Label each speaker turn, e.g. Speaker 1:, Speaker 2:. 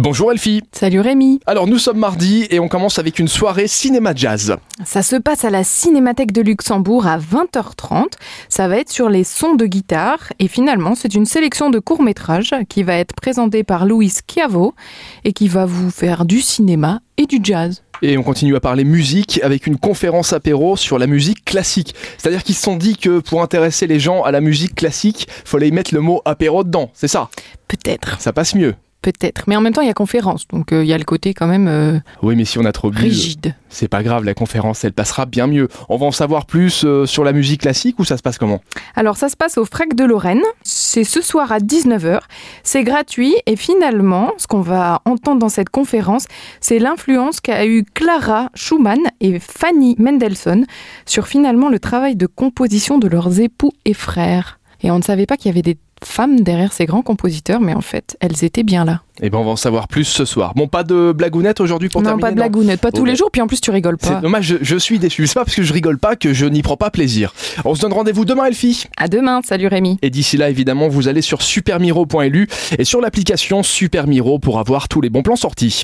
Speaker 1: Bonjour Elfie.
Speaker 2: Salut Rémi.
Speaker 1: Alors nous sommes mardi et on commence avec une soirée cinéma jazz.
Speaker 2: Ça se passe à la Cinémathèque de Luxembourg à 20h30. Ça va être sur les sons de guitare et finalement c'est une sélection de courts-métrages qui va être présentée par Louise Chiavo et qui va vous faire du cinéma et du jazz.
Speaker 1: Et on continue à parler musique avec une conférence apéro sur la musique classique. C'est-à-dire qu'ils se sont dit que pour intéresser les gens à la musique classique, fallait y mettre le mot apéro dedans, c'est ça
Speaker 2: Peut-être,
Speaker 1: Ça passe mieux.
Speaker 2: peut-être. Mais en même temps il y a conférence, donc euh, il y a le côté quand même euh,
Speaker 1: Oui mais si on a trop bu,
Speaker 2: rigide.
Speaker 1: c'est pas grave, la conférence elle passera bien mieux. On va en savoir plus euh, sur la musique classique ou ça se passe comment
Speaker 2: Alors ça se passe au Frac de Lorraine, c'est ce soir à 19h, c'est gratuit et finalement ce qu'on va entendre dans cette conférence c'est l'influence qu'a eu Clara Schumann et Fanny Mendelssohn sur finalement le travail de composition de leurs époux et frères. Et on ne savait pas qu'il y avait des femmes derrière ces grands compositeurs mais en fait elles étaient bien là.
Speaker 1: Eh ben on va en savoir plus ce soir. Bon pas de blagounette aujourd'hui pour
Speaker 2: non
Speaker 1: terminer
Speaker 2: pas de blagounette, pas tous
Speaker 1: Ok.
Speaker 2: les jours puis en plus tu rigoles
Speaker 1: C'est
Speaker 2: pas.
Speaker 1: dommage, je, je suis déçu. C'est pas parce que je rigole pas que je n'y prends pas plaisir. On se donne rendez-vous demain, Elfie.
Speaker 2: À demain, salut Rémi.
Speaker 1: Et d'ici là, évidemment, vous allez sur supermiro.lu et sur l'application Supermiro pour avoir tous les bons plans sortis.